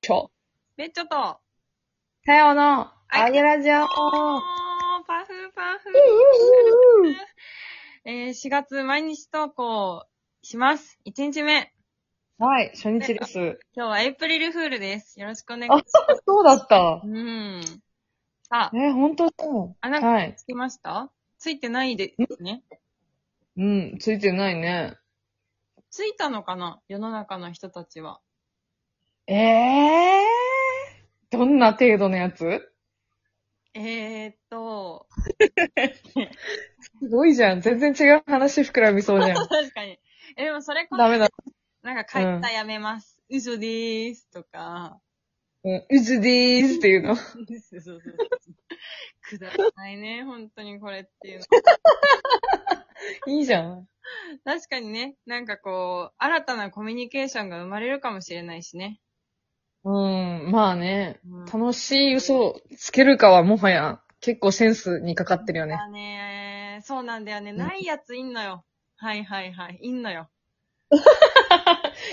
ちょ。ベッチョと、さようの、ああげげラジおオ。ーパフパフ。えー、4月毎日投稿します。1日目。はい、初日です。今日はエイプリルフールです。よろしくお願いしまあ、そうそうだったす。。うん。さあ、え、本当そう。あ、なんかはい。つきましたついてないですね。うん、ついてないね。ついたのかな世の中の人たちは。ええー。どんな程度のやつえーっと、すごいじゃん。全然違う話膨らみそうじ ゃん。確かに。え、でもそれこそ、ダメだ。なんか会社辞めます。嘘でーす。とか。うん、うずでーすっていうの。そうそうそう。くだらないね、本当にこれっていうの。いいじゃん。確かにね、なんかこう、新たなコミュニケーションが生まれるかもしれないしね。うん、まあね。うん楽しい嘘をつけるかはもはや、結構センスにかかってるよね。だねそうなんだよね。んないやついんのよ。はいはいはい。いんのよ。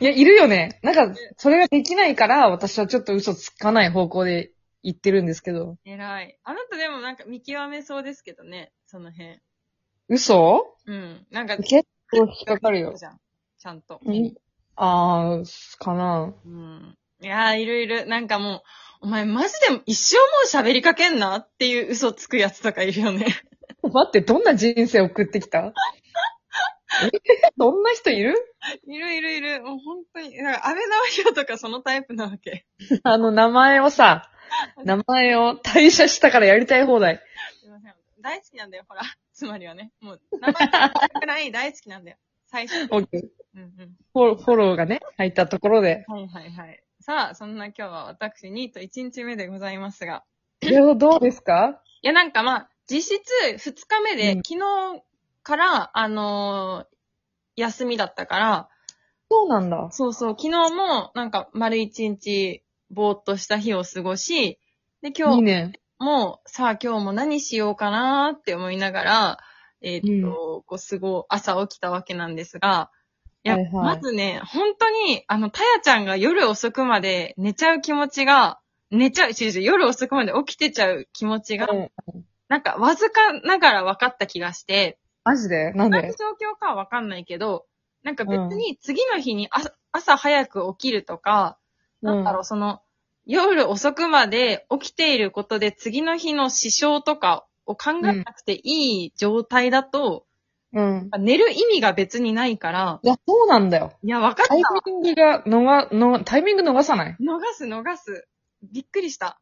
いや、いるよね。なんか、それができないから、私はちょっと嘘つかない方向で言ってるんですけど。偉い。あなたでもなんか見極めそうですけどね、その辺。嘘うん。なんか、結構引っかかるよ。じゃん。ちゃんと。あー、かな。うん。いやー、いるいる。なんかもう、お前マジで一生もう喋りかけんなっていう嘘つくやつとかいるよ ね。待って、どんな人生送ってきたえどんな人いるいるいるいる。もう本当に。なんか、安倍直弘とかそのタイプなわけ。あの、名前をさ、名前を退社したからやりたい放題。すいません。大好きなんだよ、ほら。 つまりはね。もう、名前変えたくない大好きなんだよ。最初。オッケーうんうん。フォローフォローがね、入ったところで。はいはいはい。さあ、そんな今日は私2と1日目でございますが。いやどうですかいや、なんかまあ、実質2日目で、うん昨日から、あのー休みだったから、そうなんだ。そうそう、昨日も、なんか、丸1日、ぼーっとした日を過ごし、で、今い日いね。もう、さあ今日も何しようかなーって思いながら、えーっと、うんこう、すごい朝起きたわけなんですが、いや、はいはいまずね、本当に、あの、たやちゃんが夜遅くまで寝ちゃう気持ちが、寝ちゃう、違う違う、夜遅くまで起きてちゃう気持ちが、うんなんか、わずかながら分かった気がして、マジでなんどういうで状況かは分かんないけど、なんか別に次の日に朝朝早く起きるとか、なんだろう、その、夜遅くまで起きていることで次の日の支障とかを考えなくていい状態だと、うん。うん。寝る意味が別にないから、いや、そうなんだよ。いや、わかったタイ。ミングが、のが、の、タイミング逃さない。逃す逃す。びっくりした。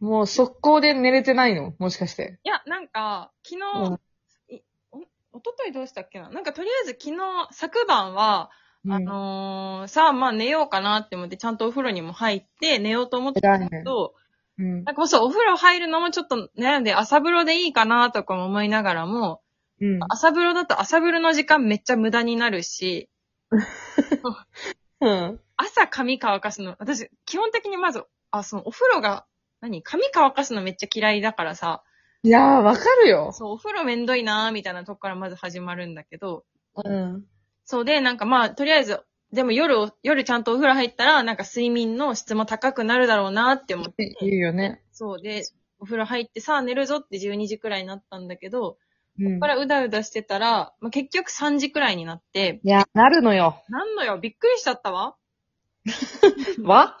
もう速攻で寝れてないのもしかして。いや、なんか、昨う日、いおおとといどうしたっけななんかとりあえず昨日、昨晩は、あうん、のーさあまあ寝ようかなって思って、ちゃんとお風呂にも入って寝ようと思ってた偉いけねど、うん。なんかそう、お風呂入るのもちょっと悩んで、朝風呂でいいかなとかも思いながらも、うん。朝風呂だと朝風呂の時間めっちゃ無駄になるし、うん。朝髪乾かすの、私、基本的にまず、あ、そのお風呂が、何髪乾かすのめっちゃ嫌いだからさ、いやー、わかるよ。そう、お風呂めんどいなーみたいなとこからまず始まるんだけど、うん。そうで、なんかまあ、とりあえず、でも夜を、夜ちゃんとお風呂入ったら、なんか睡眠の質も高くなるだろうなって思っていいよね。そうで、お風呂入ってさあ寝るぞって12時くらいになったんだけど、うんこ。からうだうだしてたら、まあ、結局3時くらいになって、いや、なるのよ。なんのよ、びっくりしちゃったわ。わ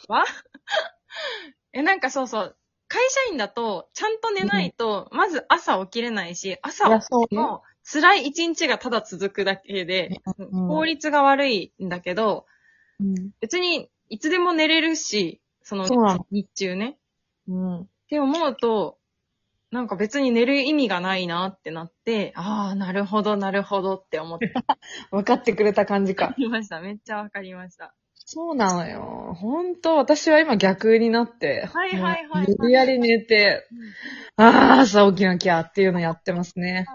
え、なんかそうそう、会社員だと、ちゃんと寝ないと、まず朝起きれないし、朝いや、起そうきね。も辛い一日がただ続くだけで、うん効率が悪いんだけど、うん。別にいつでも寝れるし、そのそうなの日中ね。うん。って思うと、なんか別に寝る意味がないなってなって、ああ、なるほど、なるほどって思って分かってくれた感じか。ま した。めっちゃわかりました。そうなのよ。ほんと、私は今逆になって。はいはいはいはいもう無理やり寝てうん、あー、朝起きなきゃっていうのやってますね。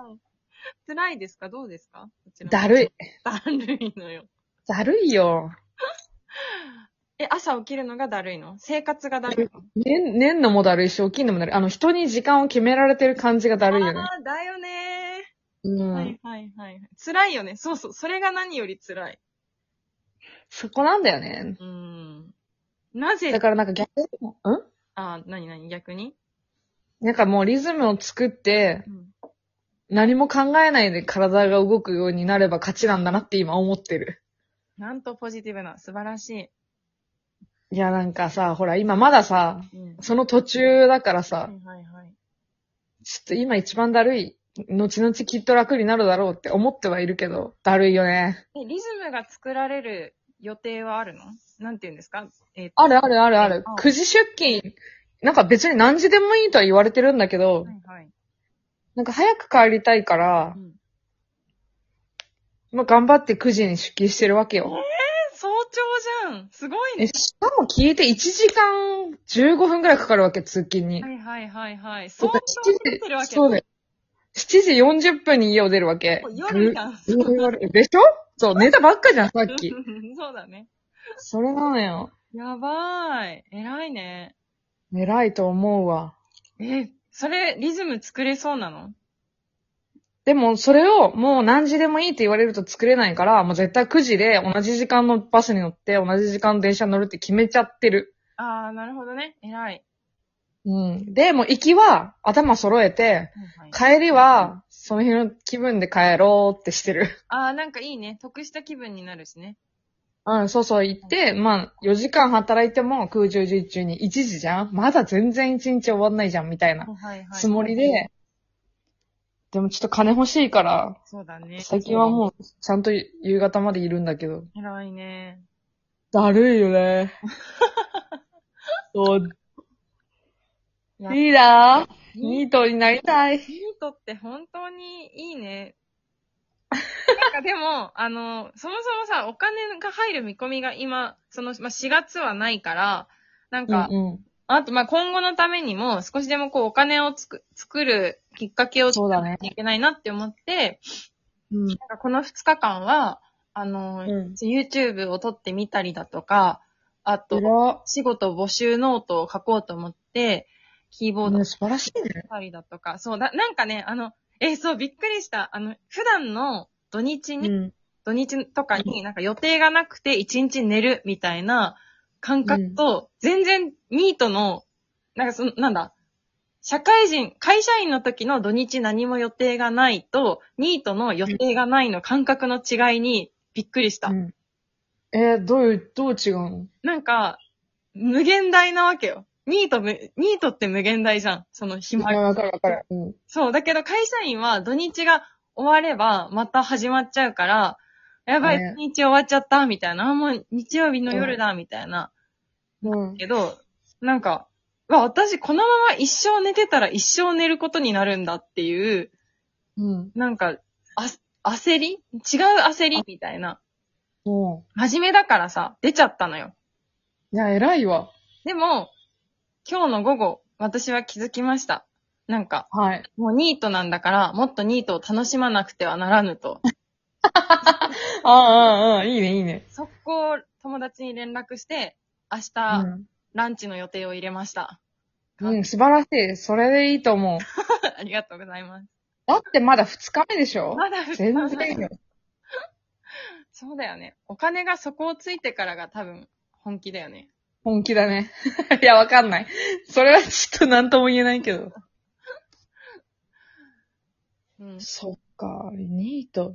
辛いですかどうですかこちらだるい。。 だるいのよ。だるいよ。え、朝起きるのがだるいの生活がだるいのねん、ねんのもだるいし、起きんのもだるい。あの、人に時間を決められてる感じがだるいよね。あーだよねうー。はんい。はいはい。辛いよね。そうそう。それが何より辛い。そこなんだよね。うん。なぜだ、からなんか逆に、んあ、なになに逆になんかもうリズムを作って、うん。何も考えないで体が動くようになれば勝ちなんだなって今思ってる。なんとポジティブな、素晴らしいやなんかさ、ほら今まださ、い。うん。その途中だからはさ、いはいはい。ちょっと今一番だるい。後々きっと楽になるだろうって思ってはいるけど、だるいよね。え、リズムが作られる予定はあるのなんて言うんですかえーとあるあるあるあるあ。 9時出勤、なんか別に何時でもいいとは言われてるんだけどは、いはい。なんか早く帰りたいからう、ん、まあ、頑張って9時に出勤してるわけよ。え、早朝じゃんすごいねえ、。しかも聞いて1時間15分くらいかかるわけ、通勤には。いはいはいはい。そ早う朝だに出てるわけ。そうだよ。7時40分に家を出るわけ。夜じゃん。ぐぐ悪いでしょそう、寝たばっかじゃん、さっき。 そうだね。それなのよ。やばーい。偉いね。偉いと思うわ。え、それ、リズム作れそうなのでも、それをもう何時でもいいって言われると作れないから、もう絶対9時で同じ時間のバスに乗って、同じ時間の電車に乗るって決めちゃってる。あー、なるほどね。偉い。うん。で、もう行きは頭揃えて、はいはい、帰りは、その日の気分で帰ろうってしてる。 あー、なんかいいね。得した気分になるしね。うん、そうそう、行って、まあ、4時間働いても空中時中に1時じゃんまだ全然1日終わんないじゃん、みたいなはいはい。つもり。で、でもちょっと金欲しいから、そうだね。最近はもう、ちゃんと夕方までいるんだけど。偉いね。だるいよ ね。そう。やリーダー、ニーニートになりたい。トって本当にいいね。 なんかでも、あの、そもそもさ、お金が入る見込みが今、その、まあ、4月はないから、なんか、うんうん、あと、まあ、今後のためにも、少しでもこう、お金をつく、作るきっかけをそう作らだねなきゃいけないなって思って、うん。なんかこの2日間は、あの、うん YouTube を撮ってみたりだとか、あと、偉仕事募集ノートを書こうと思って、キーボードねを素晴らしいね。したりだとか、そうだ、なんかね、あの、えーそう、びっくりした。あの、普段の土日に、ん。土日とかになんか予定がなくて一日寝るみたいな感覚と、全然ニートの、なんかその、なんだ、社会人、会社員の時の土日何も予定がないと、ニートの予定がないの感覚の違いにびっくりした。うんえーどういう、どう違うのなんか、無限大なわけよ。ニートむ、ニートって無限大じゃん。その暇がわかるわかる。うん。そう、だけど会社員は土日が終わればまた始まっちゃうから、やばい、ね土日終わっちゃった、みたいな。あ、もう日曜日の夜だ、みたいな。うん。けど、なんか、うわ私このまま一生寝てたら一生寝ることになるんだっていう、うん。なんか、あ焦り違う焦りみたいな。も真面目だからさ、出ちゃったのよ。うん。いや、偉いわ。でも、今日の午後、私は気づきました。なんか、はい。もうニートなんだから、もっとニートを楽しまなくてはならぬと。ああ、ああ、いいね、いいね。速攻友達に連絡して、明う日、ん。ランチの予定を入れました。 うん、素晴らしい。それでいいと思う。ありがとうございます。だってまだ2日目でしょまだ全然いいよ。そうだよね。お金が底をついてからが多分、本気だよね。本気だね。 いや、わかんない。それはちょっと何とも言えないけど。うん。そっか、ニート。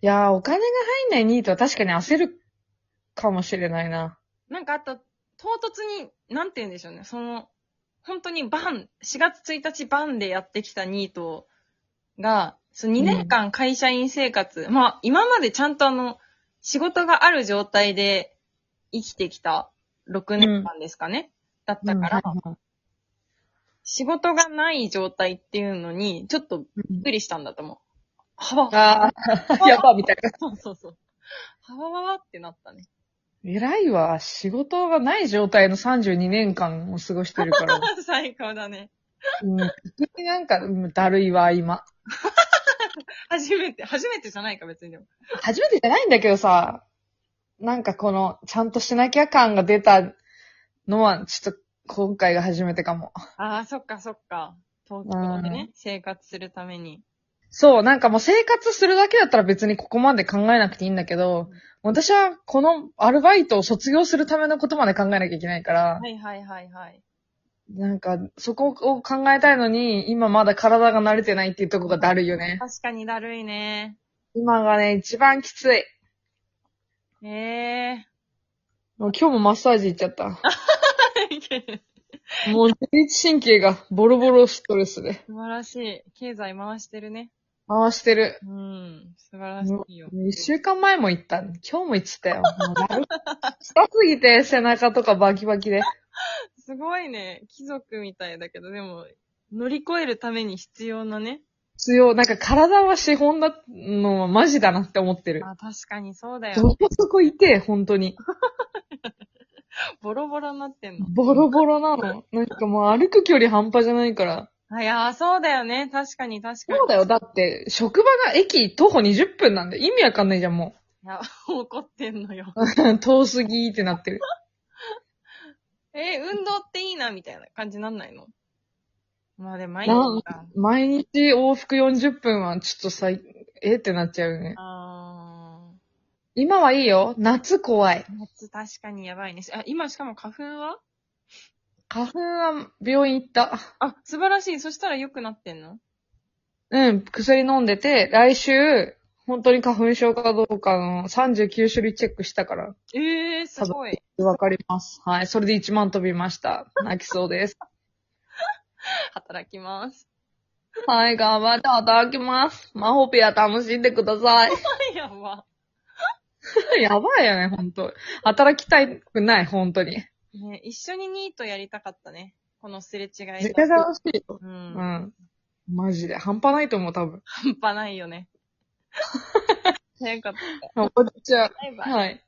いやー、お金が入んないニートは確かに焦るかもしれないな。なんかあと、唐突に、なんて言うんでしょうね。その、本当にバン、4月1日バンでやってきたニートが、その2年間会社員生活、まあ、今までちゃんとあの、仕事がある状態で生きてきた6年間ですかね。だったから、うん仕事がない状態っていうのに、ちょっとびっくりしたんだと 思う。はわ、ああ、やば、みたいな。そうそうそう。はわわわってなったね。 偉いわ。仕事がない状態の32年間を過ごして るから。最高だね。うん。なんか、うんだるいわ、今。初めて、初めてじゃないか別にでも。初めてじゃないんだけどさ、なんかこの、ちゃんとしなきゃ感が出たのは、ちょっと今回が初めてかも。ああ、そっかそっか。東京でね、生活するために。そう、なんかもう生活するだけだったら別にここまで考えなくていいんだけど、私はこのアルバイトを卒業するためのことまで考えなきゃいけないから、はいはいはいはい。なんかそこを考えたいのに、今まだ体が慣れてないっていうとこがだるいよね。確かにだるいね。今がね、一番きつい。ええもう今日もマッサージ行っちゃった。ー。もう自律神経がボロボロストレスで。素晴らしい。経済回してるね。回してる。うん。素晴らしいよ。一週間前も行った。今日も行ってたよ。もうだる痛すぎて、背中とかバキバキで。すごいね。貴族みたいだけど、でも、乗り越えるために必要なね。強い。なんか体は資本だのはマジだなって思ってる。あ、確かにそうだどよ。こそこいて、本当に。ボロボロになってんの。ボロボロなの。なんかもう歩く距離半端じゃないから。あ、いやー、そうだよね。確かに確かに。そうだよ。だって、職場が駅徒歩20分なんで、意味わかんないじゃん、もいや、怒ってんのよ。う。 遠すぎーってなってる。えー運動っていいな、みたいな感じなんないのまあでも、毎な日か。毎日往復40分はちょっとさい、えーってなっちゃうよね。あー。今はいいよ。夏怖い。夏確かにやばいね。あ、今しかも花粉は花粉は病院行った。あ、素晴らしい。そしたら良くなってんのうん、薬飲んでて、来週、本当に花粉症かどうかの39種類チェックしたから、ええー、すごい。わかります。はい。それで1万飛びました。泣きそうです。 働きます。はい、頑張って働きます。マホペア楽しんでください。 やば。やばいよね、本当働きたくない、本当に。ね、一緒にニートやりたかったね。このすれ違いが。絶対楽しいう。よ。うん半ん。マジで。半端ないと思う、多分。 端ないよね。早かった。終わっちゃう。バイバイ。はい。